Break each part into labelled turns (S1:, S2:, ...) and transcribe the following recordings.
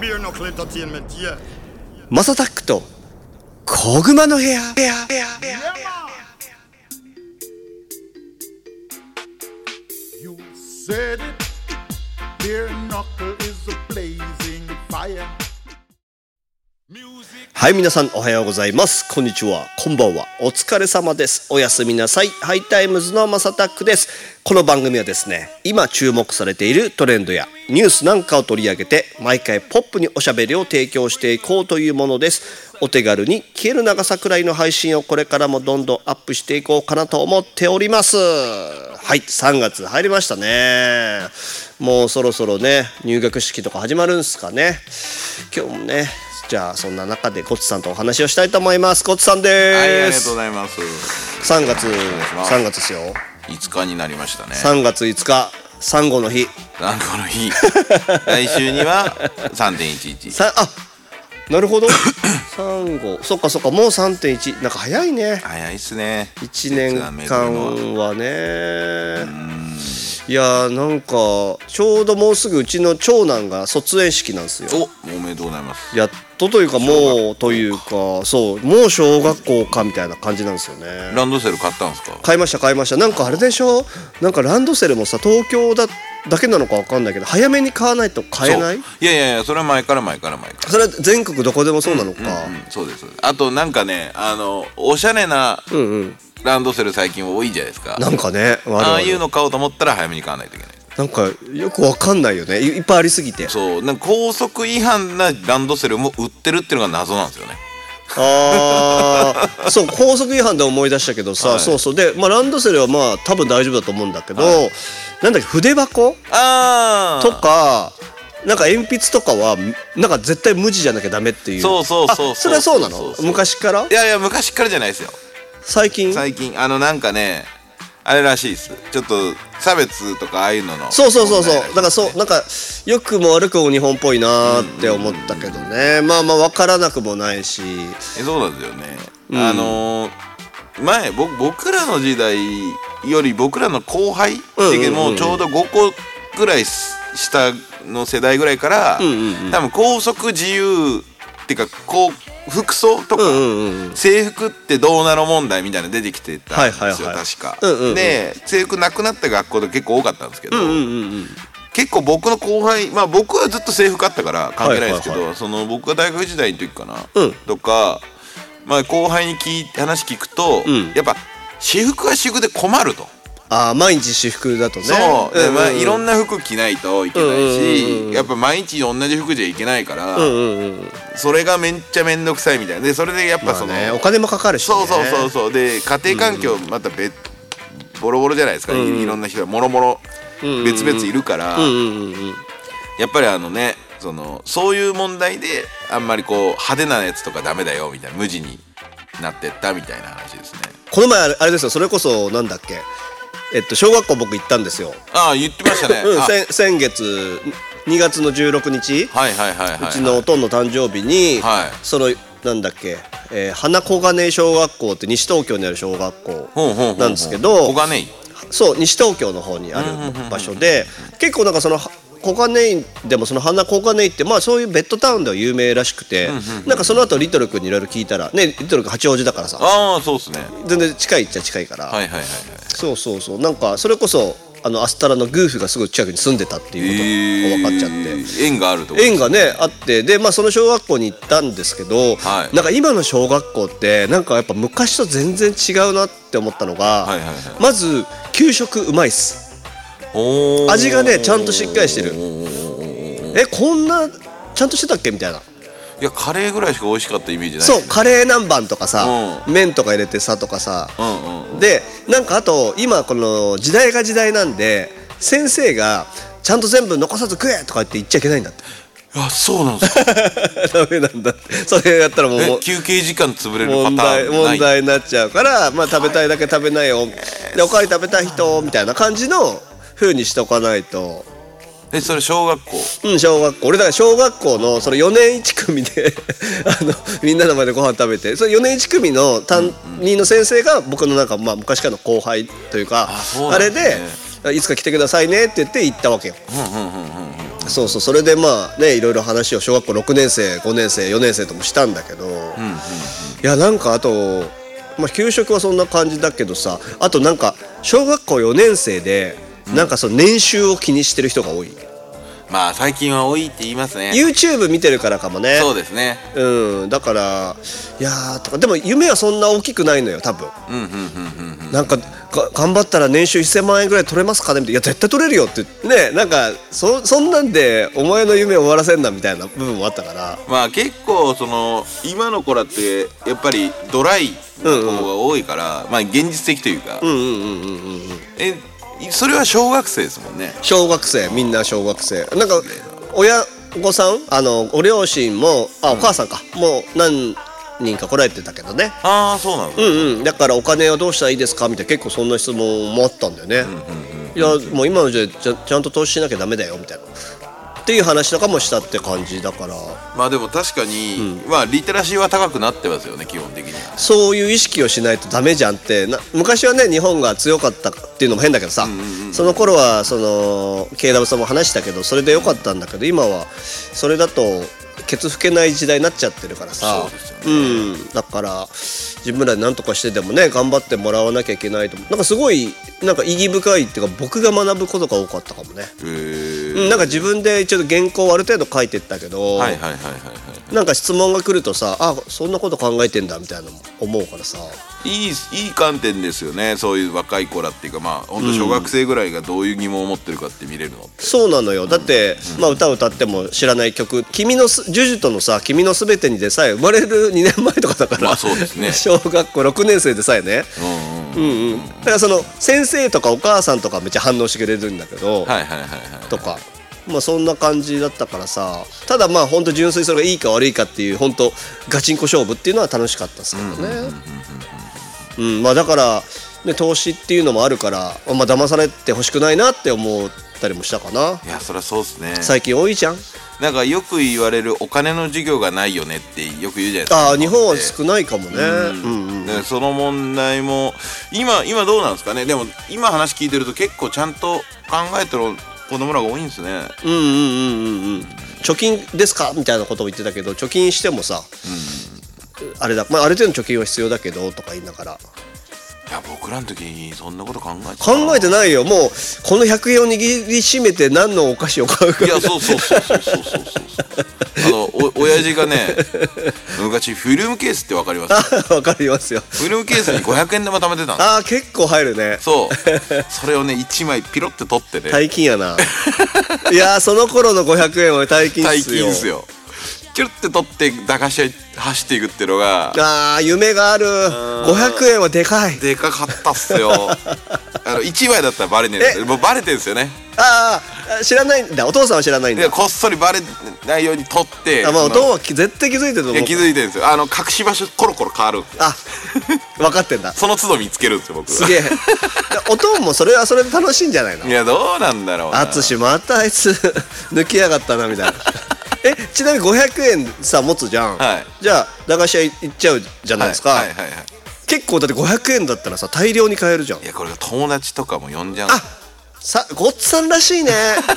S1: blir nog slutat in med det.
S2: マサタックと小熊の部屋部屋部屋部屋
S3: You said it. Beer knuckle is a blazing fire.
S2: はい、皆さんおはようございます。こんにちは。こんばんは。お疲れ様です。おやすみなさい。ハイタイムズのマサタックです。この番組はですね、今注目されているトレンドやニュースなんかを取り上げて、毎回ポップにおしゃべりを提供していこうというものです。お手軽に消える長さくらいの配信をこれからもどんどんアップしていこうかなと思っております。はい、3月入りましたね。もうそろそろね、入学式とか始まるんすかね。今日もね、じゃあそんな中でコツさんとお話をしたいと思います。コツさん
S4: はい、あ
S2: で
S4: りがとう
S2: す。
S4: ございます。
S2: 3月、
S4: ます
S2: 3月ですよ。
S4: 5日になりましたね。
S2: 3月5日、産後の日。
S4: なんかこの 日、来週には3.11。
S2: さあ、なるほ ど。産後、そっかそっか、もう3.1、なんか早いね。
S4: 早いっすね。
S2: 1年
S4: 季節が巡るのは
S2: 間はね。いやーなんかちょうどもうすぐうちの長男が卒園式なんですよ。
S4: お、おめでとうございます。
S2: やっとというかもうというかそうもう小学校かみたいな感じなんですよね。
S4: ランドセル買ったんですか。
S2: 買いました買いましたなんかあれでしょなんかランドセルもさ東京だだけなのかわかんないけど早めに買わないと買えない
S4: そういやいやいや、それは前から前から前か
S2: それは全国どこでもそうなのか、
S4: ら。うん、そうです。そうですあとなんかね、あの、おしゃれな
S2: うん、うん
S4: ランドセル最近多いじゃないですか。
S2: なんかねあ
S4: ああいうの買おうと思ったら早めに買わないといけない。
S2: なんかよくわかんないよねいいっぱいありす ぎて
S4: そう、なんか高速違反なランドセルも売ってるっていうのが謎なんですよね。
S2: ああそう高速違反で思い出したけどさ、
S4: はい
S2: そうそうで、まあ、ランドセルはまあ多分大丈夫だと思うんだけど、
S4: は
S2: なんだっけ筆箱
S4: ああ。
S2: とかなんか鉛筆とかはなんか絶対無地じゃなきゃダメっていう
S4: そうそうそうそう
S2: あそれはそうなの
S4: そうそう
S2: 昔から
S4: いやいや、昔からじゃないですよ。
S2: 最近
S4: 最近あのなんかねあれらしいですちょっと差別とかああいうのの
S2: そうそうそうそうだ
S4: 問題
S2: から
S4: らしい
S2: そうなんかよくも悪くも日本っぽいなーって思ったけどね、まあまあ分からなくもないし
S4: えそうなんですよね、あのー前僕僕らの時代より僕らの後輩って
S2: うんうんうん
S4: いうかもうちょうど5個ぐらいす下の世代ぐらいから、
S2: んうん
S4: 多分高速自由っていうかこう服装とか、
S2: うんうんうん
S4: 制服ってどうなの問題みたいなの出てきてたんですよ、
S2: はいはいはい
S4: 確か、
S2: うんうんうん
S4: で制服なくなった学校とか結構多かったんですけど、
S2: うんうんうんうん
S4: 結構僕の後輩まあ僕はずっと制服あったから関係ないですけど、
S2: はいはい
S4: その僕が大学時代の時かな、
S2: うん
S4: とか、まあ、後輩に聞い話聞くと、
S2: うん
S4: やっぱ私服は私服で困ると。
S2: ああ毎日私服だとね
S4: そう、で
S2: んん
S4: まあ、いろんな服着ないといけない
S2: うん
S4: し、
S2: うんうんうん
S4: やっぱ毎日同じ服じゃいけないから、
S2: うんうんうん
S4: それがめっちゃ面倒くさいみたいなでそれでやっぱ
S2: ま
S4: そ
S2: あ
S4: の、
S2: ねお金もかかるし、ね、
S4: そうそうそうそうで家庭環境また別、ボロボロじゃないですか、いいろんな人がもろもろ別々いるから、
S2: うんうんうんうん
S4: やっぱりあのねそのそういう問題であんまりこう派手なやつとかダメだよみたいな無地になってったみたいな話ですね
S2: この前あれあれですよそれこそなんだっけえっと小学校僕行ったんですよ、
S4: ああ言ってましたね、
S2: うん、
S4: あ
S2: 先先月2月の16日、
S4: はいはいはいはい、はいう
S2: ちのおとんの誕生日に、
S4: はい
S2: そのなんだっけ、えー花小金井小学校って西東京にある小学
S4: ほうほうほうほ
S2: 校
S4: う
S2: なんですけど
S4: 黄金井
S2: そう西東京の方にある場所で結構なんかそのは小金井でもその花小金井ってまあそういうベッドタウンでは有名らしくてなんかその後リトル君にいろいろ聞いたらねリトル君八王子だからさ
S4: ああそうですねは
S2: 全然近いっちゃ近いから、
S4: いはいはいはい
S2: そうそうそうなんかそれこそあのアスタラのグーフがすぐ近くに住んでたっていうことが分かっちゃって。
S4: えー縁があるとこ
S2: 縁がねあってでまあその小学校に行ったんですけど、
S4: はい
S2: なんか今の小学校ってなんかやっぱ昔と全然違うなって思ったのが、
S4: はいはいはい
S2: まず給食うまいっす
S4: おー
S2: 味がねちゃんとしっかりしてるえこんなちゃんとしてたっけみたいない
S4: やカレーぐらいしか美味しかったイメージない
S2: そうカレー南蛮とかさ、
S4: う
S2: 麺とか入れてさとかさ、
S4: うんうん
S2: でなんかあと今この時代が時代なんで先生がちゃんと全部残さず食えとかって言っちゃいけないんだ って
S4: あそうなんですか
S2: ダメなんだってそれやったらもう
S4: え休憩時間潰れるパ
S2: 問
S4: タ
S2: 題
S4: ーンない
S2: 問題になっちゃうから、まあ、食べたいだけ食べないよ、でおかわり食べたい人みたいな感じの風にしとかないと、
S4: えそれ小学校
S2: うん、小学校俺だから小学校のその4年1組で あのみんなの前でご飯食べてそれ4年1組の担任の先生が僕のなんか、まあ、昔からの後輩というか
S4: あ
S2: あ
S4: そうなん
S2: れ
S4: ですね
S2: で「いつか来てくださいね」って言って行ったわけよ。そうそうそれでまあねいろいろ話を小学校6年生5年生4年生ともしたんだけど、いやなんかあと、まあ、給食はそんな感じだけどさあとなんか小学校4年生でなんかその年収を気にしてる人が多い、
S4: まあ最近は多いって言いますね
S2: YouTube 見てるからかもね
S4: そうですね
S2: うん、だからいやーとかでも夢はそんな大きくないのよ多分
S4: うんうんうんうんうん
S2: なんかが頑張ったら年収1000万円ぐらい取れますかねみたいな「いや絶対取れるよ」ってねなんかそそんなんでお前の夢終わらせんなみたいな部分もあったから
S4: まあ結構その今の子らってやっぱりドライな方が多いから、まあ現実的というか、
S2: うんうんうんうんうんうん
S4: えそれは小学生ですもんね
S2: 小学生みんな小学生なんか親御さんあのご両親もあお母さんか、もう何人か来られてたけどね
S4: ああそうなの、
S2: うんうんだからお金をどうしたらいいですかみたいな結構そんな質問もあったんだよね、いやもう今の時代ちゃちゃんと投資しなきゃダメだよみたいなっていう話とかもしたって感じだから
S4: まあでも確かに、まあリテラシーは高くなってますよね基本的には
S2: そういう意識をしないとダメじゃんってな昔はね日本が強かったっていうのも変だけどさ、その頃はその KW さんも話したけどそれでよかったんだけど今はそれだとケツ吹けない時代になっちゃってるからさ
S4: そうですよ
S2: うん、だから自分らで何とかしてでもね頑張ってもらわなきゃいけないと思うなんかすごいなんか意義深いっていうか僕が学ぶことが多かったかもね、
S4: へー
S2: うん、なんか自分で一応原稿をある程度書いてったけど、
S4: はいはいはいはいは
S2: なんか質問が来るとさあそんなこと考えてんだみたいなのも思うからさ
S4: いいいいい観点ですよねそういう若い子らっていうかまあ本当小学生ぐらいがどういう疑問を持ってるかって見れるのって、
S2: そうなのよだって、まあ、歌を歌っても知らない曲「君のすジュジュとのさ「君のすべてに」でさえ生まれる2年前とかだから、
S4: まあそ うですね
S2: 小学校6年生でさえね、
S4: うんうん
S2: うんうん、だからその先生とかお母さんとかめっちゃ反応してくれるんだけど、
S4: はいはいはいはい
S2: とか、まあ、そんな感じだったからさただまあ本当純粋にそれがいいか悪いかっていう本当ガチンコ勝負っていうのは楽しかったですけどね。うんまあ、だから、ね、投資っていうのもあるから、まあ騙されてほしくないなって思ったりもしたかない
S4: やそりゃそうっすね
S2: 最近多いじゃん
S4: なんかよく言われるお金の授業がないよねってよく言うじゃないですか
S2: ああ日本は少ないかもねうんうん
S4: でその問題も今今どうなんですかねでも今話聞いてると結構ちゃんと考えてる子供らが多いんですね
S2: うんうんうんうんうん貯金ですかみたいなことを言ってたけど貯金してもさ、あれだ、まあ、ある程度の貯金は必要だけどとか言いながら
S4: いや僕らの時そんなこと考えてた
S2: 考えてないよもうこの100円を握りしめて何のお菓子を買うか
S4: いやそうそうそうそうそうそうそうあのお親父がね昔フィルムケースってわかります
S2: あわかりますよ
S4: フィルムケースに500円玉貯めてたんです
S2: あー結構入るね
S4: そうそれをね1枚ピロって取ってね、
S2: 大金やないやーその頃の500円は大金っ
S4: 大
S2: すよ
S4: 金ですよキュッて取って駄菓子屋に走っていくってのが
S2: あー夢がある500円はでかい
S4: でかかったっすよ あの1枚だったらバレねえんですよもうバレてんですよね
S2: あーあー知らないんだお父さんは知らないんだ
S4: でこっそりバレないように取って
S2: あまあ、お
S4: その
S2: 父はき絶対気づいてると
S4: い
S2: 思う
S4: や気づいてるんですよあの隠し場所コロコロ変わるんですよ
S2: あ分かってんだ
S4: その都度見つけるんですよ僕
S2: すげえおとんもそれはそれで楽しいんじゃないの
S4: いやどうなんだろうな
S2: 淳またあいつ抜きやがったなみたいなえちなみに500円さ持つじゃん、
S4: はい
S2: じゃあ駄菓子屋行っちゃうじゃないですか、
S4: はいはいはいはい
S2: 結構だって500円だったらさ大量に買えるじゃん
S4: いやこれが友達とかも呼んじゃう
S2: あさごっつさんらしいね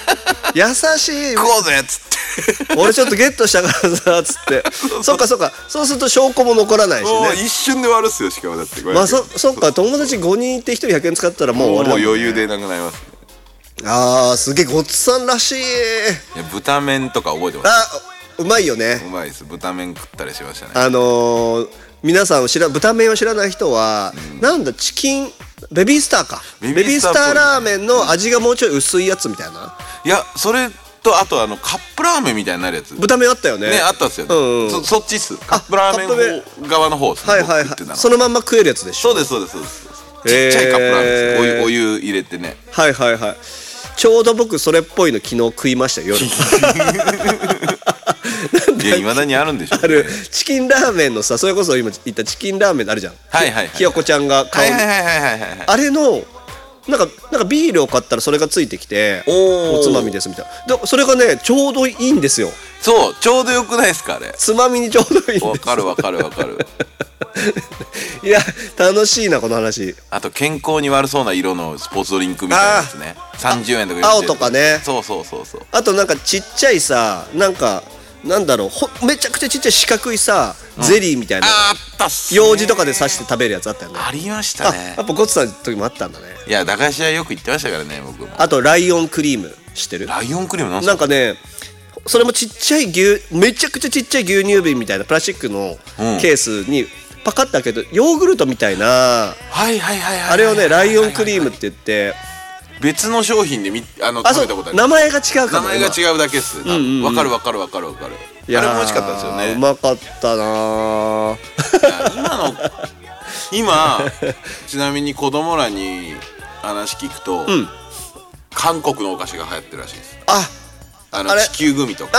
S2: 優しい
S4: 食おうぜっつって
S2: 俺ちょっとゲットしたからさつ ってそっかそっかそうすると証拠も残らないし
S4: もう
S2: ね
S4: 一瞬で終わるっすよしかもだってこれ
S2: まあそそっか友達5人いて1人100円使ったらもう
S4: もう
S2: 終わりだもん
S4: 余裕でなくなりますね
S2: あーすげえごっつさんらしい
S4: いや豚麺とか覚えてます
S2: あうまいよ
S4: う
S2: ね
S4: まいです豚麺食ったりしましたね
S2: あのー、皆さんを知ら豚麺を知らない人は、なんだチキンベビースターかベビ
S4: ベビ
S2: ー
S4: ー
S2: ス
S4: ス
S2: タ
S4: ター
S2: ー
S4: っぽいね
S2: ラーメンの味がもうちょい薄いやつみたいない
S4: やそれとあとあのカップラーメンみたいになるやつ
S2: 豚麺あったよね
S4: ね、あったんですよね、
S2: うんうん
S4: そそっちっすカップラーメン
S2: カッ
S4: 方側の方ですね
S2: はいはい
S4: 僕
S2: は
S4: 食ってた
S2: い
S4: の
S2: そのまんま食えるやつでしょ
S4: そうですそうですそうです
S2: へ
S4: ち
S2: ー
S4: っちゃいカップラーメンですお湯お湯入れてね
S2: はいはいはいちょうど僕それっぽいの昨日食いました よ夜
S4: いやいまだにあるんでしょうね
S2: あるチキンラーメンのさそれこそ今言ったチキンラーメンあるじゃん
S4: はいはいはい
S2: ひよこちゃんが
S4: は
S2: 買
S4: いうはいはいはいはいはい
S2: あれのなんかなんかビールを買ったらそれがついてきて
S4: おー
S2: おつまみですみたいなでそれがねちょうどいいんですよ
S4: そうちょうどよくないですかあれ
S2: つまみにちょうどいいん
S4: わ
S2: です
S4: かるわかるわかる
S2: いや楽しいなこの話
S4: あと健康に悪そうな色のスポーツドリンクみたいなやつね30円とか40円
S2: 青とかね
S4: そうそうそうそう
S2: あとなんかちっちゃいさなんかなんだろうほめちゃくちゃちっちゃい四角いさ、ゼリーみたいな
S4: あーあったっすね
S2: 用事とかで刺して食べるやつあったよね
S4: ありました
S2: あやっ
S4: ね
S2: ぱゴツさんの時もあったんだね
S4: いや駄菓子屋よく行ってましたからね僕も
S2: あとライオンクリーム知ってる
S4: ライオンクリームなんす
S2: なん
S4: か
S2: かねそれもちっちゃい牛めちゃくちゃちっちゃい牛乳瓶みたいなプラスチックの
S4: うん
S2: ケースにパカッて開けるとヨーグルトみたいな
S4: はいはいはいはい
S2: あれをねライオンクリームって言って
S4: 別の商品でみあの
S2: あ
S4: 食
S2: そ
S4: べたことあ
S2: う
S4: る
S2: 名前が違うか
S4: 名
S2: も
S4: 前が違うだけっす多分わ、かるわかるわかるわかるあれ
S2: 今
S4: も美味しかったですよ
S2: いやー
S4: ね
S2: うまかったなー
S4: いや今の今ちなみに子供らに話聞くと、
S2: ん
S4: 韓国のお菓子が流行ってるらしいです
S2: あ
S4: あの
S2: あれ
S4: 地球グミとか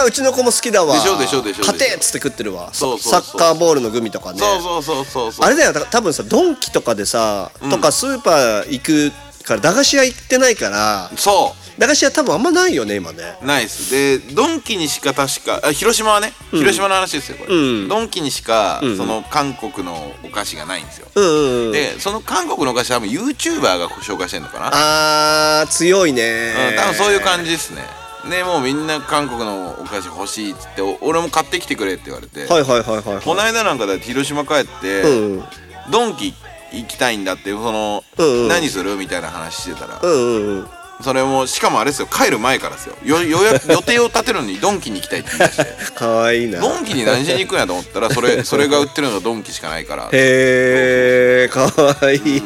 S2: あーうちの子も好きだわ
S4: でしょでしょでしょでしょ
S2: 勝てっつって食ってるわ
S4: そうそうそう
S2: サッカーボールのグミとかね
S4: そうそうそうそうそう
S2: あれだよだから多分さドンキとかでさ、とかスーパー行くから駄菓子屋行ってないから
S4: そ
S2: 駄菓子屋多分あんまないよね今ね
S4: うナイスでドンキにしか確かあ広島はね、広島の話ですよこれ、
S2: うん
S4: ドンキにしか、
S2: うん
S4: その韓国のお菓子がないんですよ、
S2: うんうんうん
S4: でその韓国のお菓子は多分 YouTuber が紹介してんのかな
S2: あー強いね
S4: うん、多分そういう感
S2: じ
S4: じですねねもうみんな韓国のお菓子欲しいっつってお俺も買ってきてくれって言われて、
S2: はいはいはいはいはい
S4: この間なんかだって広島帰って、
S2: うんうん
S4: ドンキ行きたいんだってその、
S2: うんうん
S4: 何するみたいな話してたら、
S2: うんうん
S4: それもしかもあれですよ帰る前からですよよ 予約予定を立てるのにドンキに行きたいって言い出して
S2: かわいいな
S4: ドンキに何しに行くんやと思ったらそれそれが売ってるのがドンキしかないから
S2: へえかわいい、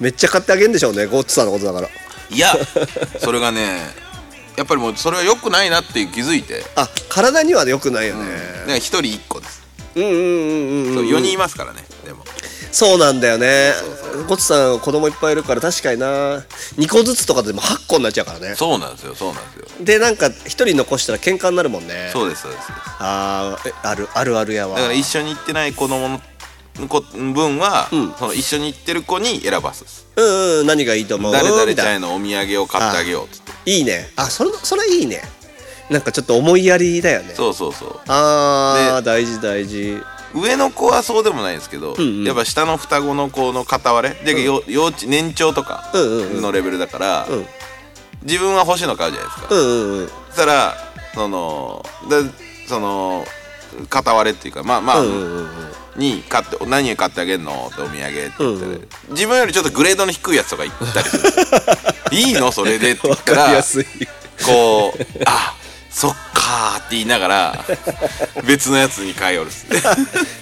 S2: めっちゃ買ってあげんでしょうねゴッツさんのことだから
S4: いやそれがねやっぱりもうそれは良くないなって気づいて、
S2: あ体には良くないよ
S4: うん、
S2: ね
S4: だから一人一個です
S2: うんうんうんうん
S4: そううん4人いますからねでも
S2: そうなんだよね
S4: そうそ
S2: ゴッツさん子供いっぱいいるから確かにな2個ずつとかでも8個になっちゃうからね
S4: そうなんですよそうなんですよ
S2: でなんか1人残したら喧嘩になるもんね
S4: そうですそうですだか
S2: あーえあるあるあるやわ
S4: ら一緒に行ってない子供の子分は、
S2: うん
S4: その一緒に行ってる子に選ばすです
S2: うんうん何がいいと思う
S4: 誰々ちゃんへ
S2: み
S4: のお土産を買ってあげようっつっ
S2: た
S4: て
S2: いないいねあそれそれいいねなんかちょっと思いやりだよね
S4: そうそうそう
S2: あー大事大事
S4: 上の子はそうでもないですけど、
S2: んうん
S4: やっぱ下の双子の子の片割れで、よ幼稚年長とか
S2: うんうんうん
S4: のレベルだから、
S2: うん
S4: 自分は欲しいの買うじゃないですか、
S2: うんうんうん
S4: そしたらそのでその片割れっていうかまあまあ、
S2: うんうんうんうん
S4: に買って何を買ってあげるのってお土産って言って、
S2: うんうん
S4: 自分よりちょっとグレードの低いやつとか行ったりする いいのそれでって言
S2: わ
S4: った
S2: かりや
S4: ら
S2: すい
S4: こう「あそっか」って言いながら別のやつに買いよるっすね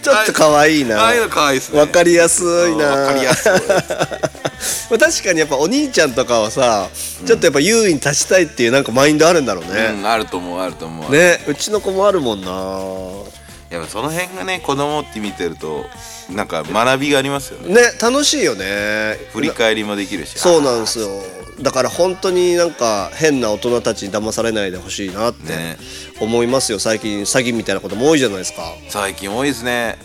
S2: ちょっと可愛いな
S4: ああいうの可愛いっすね
S2: わかりやすいな
S4: わかりやすい
S2: まあ確かにやっぱお兄ちゃんとかはさ、ちょっとやっぱ優位に立ちたいっていうなんかマインドあるんだろう
S4: う
S2: ね、
S4: ん、あると思うあると思う、
S2: ねうちの子もあるもんな
S4: やっぱその辺がね子供って見てるとなんか学びがありますよね
S2: ね楽しいよね
S4: 振り返りもできるし
S2: そうなんですよだから本当になんか変な大人たちに騙されないでほしいなって
S4: ね
S2: 思いますよ最近詐欺みたいなことも多いじゃないですか
S4: 最近多いですね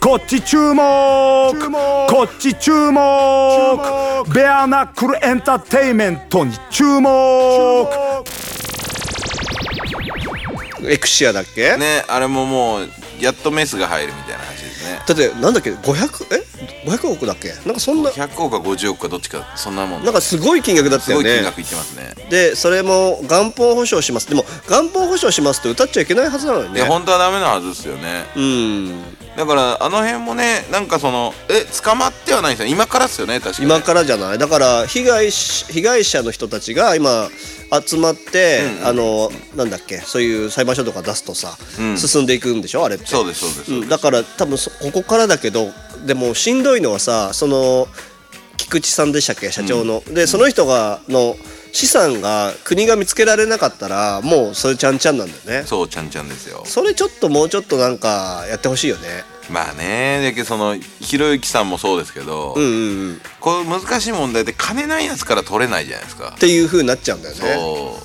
S1: こっち注目こっち注目ベアナックルエンターテイメントに注目
S2: エクシアだっけ、
S4: ねあれももうやっとメスが入るみたいな話ですね
S2: だってなんだっけ500え500億だっけなんかそんな
S4: 100億か50億かどっちかそんなもん
S2: なんかすごい金額だった
S4: す
S2: よ
S4: ごい
S2: ね
S4: 金額いってますね
S2: でそれも元本保証しますでも元本保証しますって歌っちゃいけないはずなのに
S4: いや
S2: ね
S4: 本当はダメなはずですよね
S2: うん
S4: だからあの辺もねなんかそのえ捕まってはないですよ今からっすよね確かに
S2: 今からじゃないだから被害し被害者の人たちが今集まって、
S4: うんうん
S2: あのなんだっけそういう裁判所とか出すとさ、
S4: うん
S2: 進んでいくんでしょあれって
S4: そうですそうですそううんです、
S2: だから多分そここからだけどでもしんどいのはさその菊池さんでしたっけ社長の、でその人がの資産が国が見つけられなかったらもうそれちゃんちゃんなんだよね
S4: そうちゃんちゃんですよ
S2: それちょっともうちょっとなんかやってほしいよね
S4: まあねだけどそのひろゆきさんもそうですけど、
S2: うんうんうんっ
S4: こういう難しい問題で金ないやつから取れないじゃないですか
S2: ていう風になっちゃうんだよね
S4: そ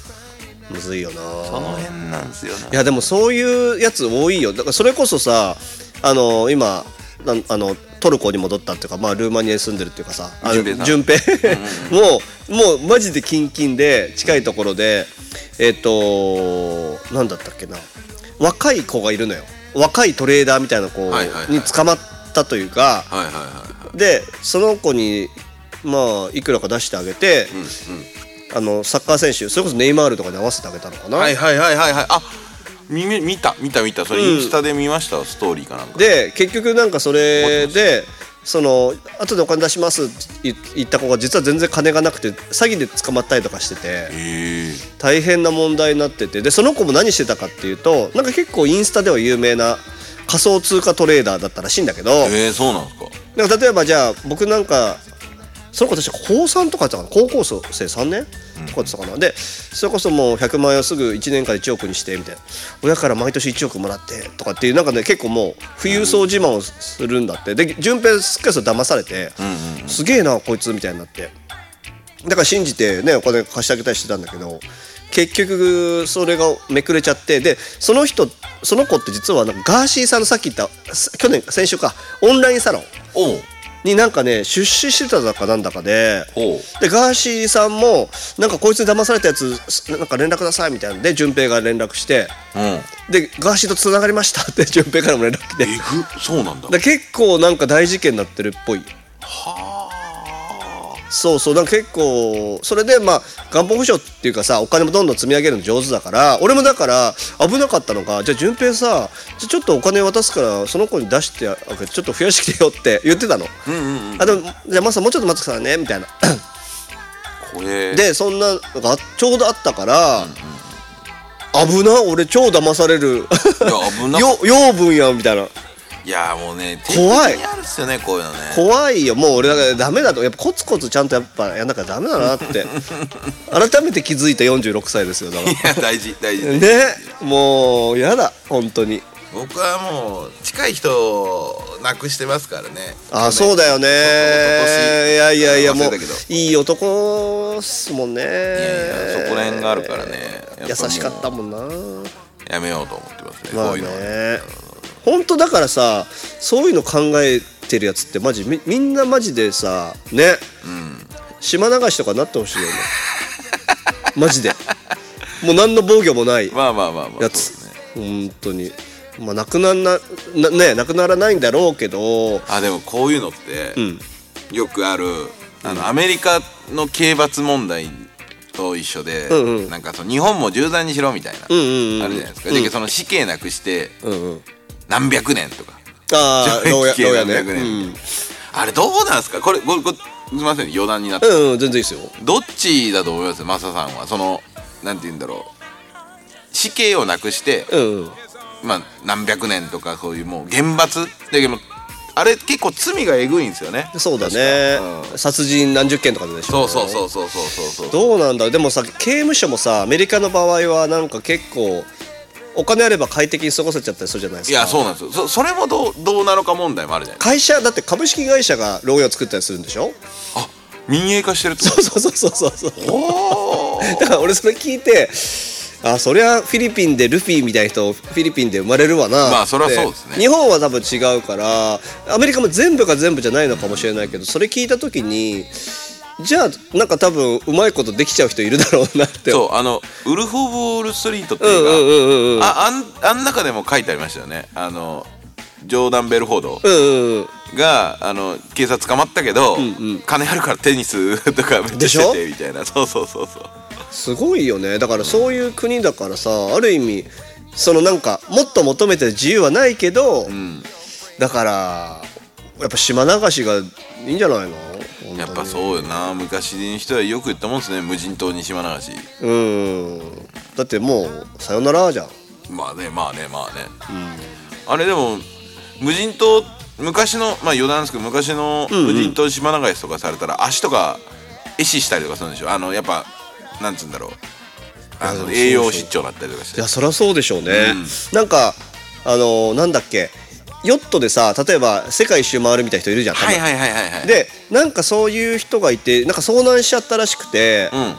S4: う
S2: むずいよな
S4: その辺なんですよね
S2: いやでもそういうやつ多いよだからそれこそさあの今なんあのトルコに戻ったっていうか、まあ、ルーマニアに住んでるっていうかさあの
S4: 順平さん
S2: 順平もうもうマジでキンキンで近いところでえっ、となんだったっけな若い子がいるのよ若いトレーダーみたいな子
S4: はいはいはい
S2: に捕まったというか
S4: はいはいはい
S2: でその子にまあいくらか出してあげて、あのサッカー選手それこそネイマールとかに合わせてあげたのかな、
S4: はいはいはいはいはいあ見め見た見た見たそれインスタで見ました、ストーリーかなんか
S2: で結局なんかそれでその後でお金出しますって言った子が実は全然金がなくて詐欺で捕まったりとかしてて
S4: へえ
S2: 大変な問題になっててでその子も何してたかっていうとなんか結構インスタでは有名な仮想通貨トレーダーだったらしいんだけど
S4: えー、そうなんですか
S2: なんか例えばじゃあ僕なんかその子たち高3とかだったかな高校生3年とかだったかな、でそれこそもう100万円をすぐ1年間1億にしてみたいな親から毎年1億もらってとかっていうなんかね結構もう富裕層自慢をするんだってで順平すっかりそれ騙されて、すげえなこいつみたいになってだから信じてねお金貸してあげたりしてたんだけど結局それがめくれちゃってでその人その子って実はなんかガーシーさんのさっき言ったす去年先週かオンラインサロン
S4: おう
S2: になんかね出資してただかなんだかで
S4: ほう
S2: でガーシーさんもなんかこいつに騙されたやつすなんか連絡くださいみたいなんで順平が連絡して
S4: うん
S2: でガーシーとつながりましたって 順平からも連絡来て
S4: えぐそうなんだ
S2: で結構なんか大事件になってるっぽい
S4: はあ
S2: そうそうなんか結構それでまあ元本保証っていうかさお金もどんどん積み上げるの上手だから俺もだから危なかったのがじゃあ順平さじゃあちょっとお金渡すからその子に出してあげてちょっと増やしてきてよって言ってたの、あでもじゃあマスターもうちょっと待ってくださいねみたいな
S4: これ
S2: でそんなのがちょうどあったから、危な俺超騙され る
S4: いや危な
S2: よ養分やんみたいない
S4: やもうね
S2: 怖い
S4: 定期的にあるっすよねこういうのね
S2: 怖いよもう俺だからダメだとやっぱコツコツちゃんとやっぱやんなきゃダメだなって 改めて気づいた46歳ですよだか
S4: いや大事大事、
S2: らねもうやだ本当に
S4: 僕はもう近い人を亡くしてますからね
S2: あそうだよねいやいやいやもう
S4: 忘れたけど
S2: いい男っすもんねい
S4: やいやそこら辺があるからねやっぱもう
S2: 優しかったもんな
S4: やめようと思ってますね、
S2: ま
S4: こ
S2: あ
S4: ういうのは
S2: ね本当だからさそういうの考えてるやつってマジみみんなマジでさね、島流しとかなってほしいよね マジでもう何の防御もない
S4: まあまあまあまあ
S2: やつ、
S4: そうね
S2: 本当にまあなくなんななねなくならないんだろうけど
S4: あでもこういうのって、
S2: ん
S4: よくあるあのアメリカの刑罰問題と一緒で、
S2: んうん
S4: なんかその日本も重罪にしろみたいな、
S2: んうんうん
S4: あるじゃないですか、だけどその死刑なくして
S2: うんうん
S4: 何百年とか
S2: ああ牢
S4: 懲
S2: 屋
S4: 役刑
S2: 牢屋
S4: 何
S2: ね
S4: 百年みたいなあれどうなんですかこれこれこれすみません余談になって
S2: う、んうん、うん、全然いいですよ
S4: どっちだと思いますマサさんはそのなんて言うんだろう死刑をなくして、
S2: うんうん
S4: まあ、何百年とかそういうもう厳罰だけどあれ結構罪がえぐいんですよね
S2: そうだね
S4: 確、かうん
S2: 殺人何十件とかでし
S4: そ
S2: ょ
S4: うそうそうそうそうそうそう
S2: どうなんだでもさ刑務所もさアメリカの場合はなんか結構お金あれば快適に過ごせちゃったりするじゃないです
S4: い
S2: か
S4: やそうなんですよそそれもどうどうなのか問題もあるじゃない
S2: 会社だって株式会社が牢屋を作ったりするんでしょ
S4: あ民営化してるってこ
S2: そうそうそうそうそう
S4: とおー
S2: だから俺それ聞いてあそりゃフィリピンでルフィみたいな人フィリピンで生まれるわな
S4: まあそりゃそうですね
S2: 日本は多分違うからアメリカも全部が全部じゃないのかもしれないけどそれ聞いた時にじゃあなんか多分うまいことできちゃう人いるだろうなって
S4: そうあのウルフ・オブ・ウォール・ストリートって
S2: う
S4: い
S2: んうんう
S4: うん
S2: うんうん
S4: かああんあん中でも書いてありましたよねあのジョーダン・ベルフォード
S2: うんうんうん
S4: があの警察捕まったけど、金あるからテニスとかめっちゃ
S2: でしょ
S4: しててみたいなそうそうそうそう
S2: すごいよねだからそういう国だからさある意味そのなんかもっと求めてる自由はないけど、だからやっぱ島流しがいいんじゃないの
S4: やっぱそうよな昔の人はよく言ったもんですね無人島に島流し
S2: ううんだってもうさよならじゃん
S4: まあねまあねまあね、あれでも無人島昔のまあ余談ですけど昔の無人島島流しとかされたら足とか壊死したりとかするんでしょあのやっぱなんつうんだろう
S2: いや
S4: あ
S2: でもそう
S4: の
S2: そう
S4: 栄養失調になったりとかし
S2: い
S4: て
S2: やそりゃそうでしょうね、
S4: うん
S2: なんかあのなんだっけヨットでさ例えば世界一周回るみたいな人いるじゃん、たま
S4: はいはいはいはいはい
S2: でなんかそういう人がいてなんか遭難しちゃったらしくて
S4: う、んはい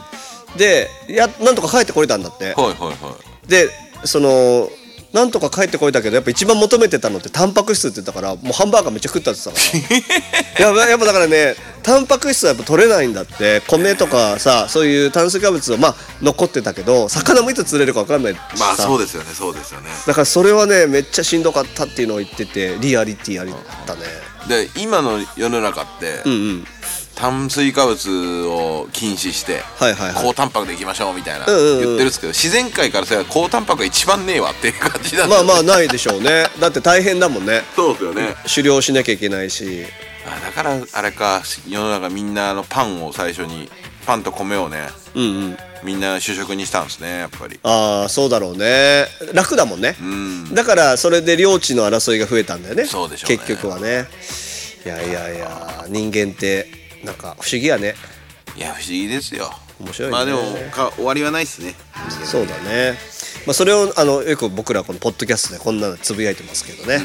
S2: でやなんとか帰ってこれたんだって
S4: はいはい
S2: でそのなんとか帰ってこいだけどやっぱ一番求めてたのってタンパク質って言ったからもうハンバーガーめっちゃ食ったって言ってたか らやばやっぱだからねタンパク質はやっぱ取れないんだって米とかさそういう炭水化物はまあ残ってたけど魚もいつ釣れるか分かんないしさ、
S4: まあそうですよねそうですよね
S2: だからそれはねめっちゃしんどかったっていうのを言っててリアリティありだね
S4: で今の世の中って、
S2: うんうん
S4: 炭水化物を禁止して、
S2: はいはいはい
S4: 高タンパクでいきましょうみたいな、
S2: うんうんうん
S4: 言ってるんですけど自然界からしたら高タンパクが一番ねえわっていう感じなんで
S2: まあまあないでしょうねだって大変だもんね
S4: そうですよね
S2: 狩猟しなきゃいけないし
S4: あだからあれか世の中みんなあのパンを最初にパンと米をね
S2: うんうん
S4: みんな主食にしたんですねやっぱり
S2: ああそうだろうね楽だもんね、
S4: ん
S2: だからそれで領地の争いが増えたんだよね
S4: そうでしょうね
S2: 結局はねいやいやいや人間ってなんか不思議やね
S4: いや不思議ですよ
S2: 面白いね
S4: まあでもか終わりはないっすね
S2: そうだね、まあ、それをあのよく僕らこのポッドキャストでこんなのつぶやいてますけどね、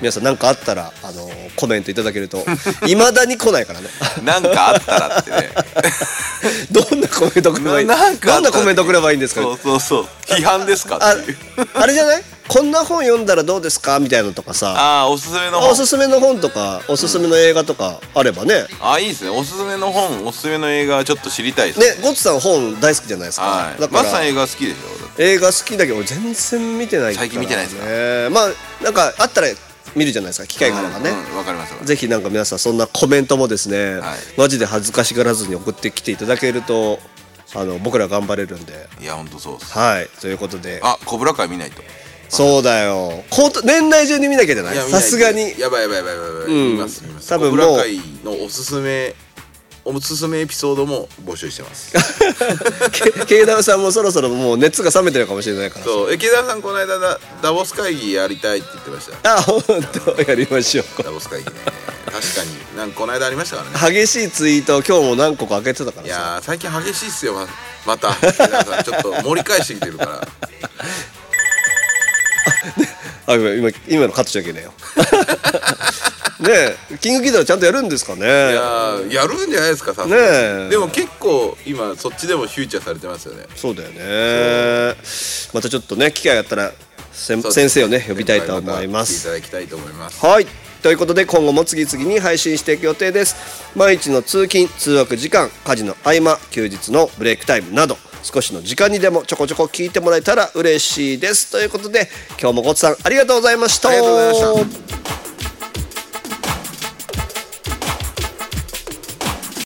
S2: 皆さん何かあったらあのコメントいただけるといまだに来ないからね
S4: なんかあったらってね
S2: どんなコメントくればいい
S4: なんかあ
S2: ど
S4: っ
S2: ん
S4: たら
S2: なコメントくればいいんですか
S4: そうそうそう批判ですか
S2: あ
S4: っていう
S2: あれじゃないこんな本読んだらどうですかみたいなのとかさ
S4: ああおすすめの
S2: お
S4: 本
S2: すすめの本とかおすすめの映画とかあればね、
S4: あいいですねおすすめの本おすすめの映画ちょっと知りたいですね
S2: ねゴッツさん本大好きじゃないですか、
S4: はい
S2: だか
S4: マ
S2: ら
S4: スさん映画好きでしょ
S2: 映画好きだけど俺全然見てないから、ね、
S4: 最近見てないです
S2: まあなんかあったら見るじゃないですか機会があればね、
S4: うんうんわかりますわかります
S2: ぜひなんか皆さんそんなコメントもですね、
S4: はい
S2: マジで恥ずかしがらずに送ってきていただけるとあの僕ら頑張れるんで
S4: いやほんとそうです
S2: はいということで
S4: あコブラ会見ないと
S2: そうだよこう年内中に見なきゃじゃない
S4: いや見ない
S2: さすがに
S4: やばいやばいやばいやばいやばい、
S2: うん
S4: 見ます見ます
S2: 多分もう
S4: 小倉会のおすすめおすすめエピソードも募集してます
S2: け 慶太郎さんもそろそろもう熱が冷めてるかもしれないから
S4: そう池田さんこの間だダボス会議やりたいって言ってました
S2: あ本当やりましょう
S4: ダボス会 議ね確かになんかこの間ありましたからね
S2: 激しいツイートを今日も何個か開けてたか
S4: い
S2: らさ
S4: やー最近激しいっすよままた池田さんちょっと盛り返してきてるから
S2: あ今今今のカットしちゃいけないよ ねえキングギドラちゃんとやるんですかね
S4: いやーやるんじゃないですかさすがに
S2: ねえ
S4: でも結構今そっちでもフューチャーされてますよね
S2: そうだよねまたちょっとね機会があったらせん
S4: そう
S2: 先生をね呼びたいと思いま
S4: た
S2: す
S4: 来ていただきたいと思います
S2: はいということで今後も次々に配信していく予定です毎日の通勤通学時間家事の合間休日のブレイクタイムなど少しの時間にでもちょこちょこ聞いてもらえたら嬉しいですということで今日もごつさんありがとうございました
S4: ありがとうございました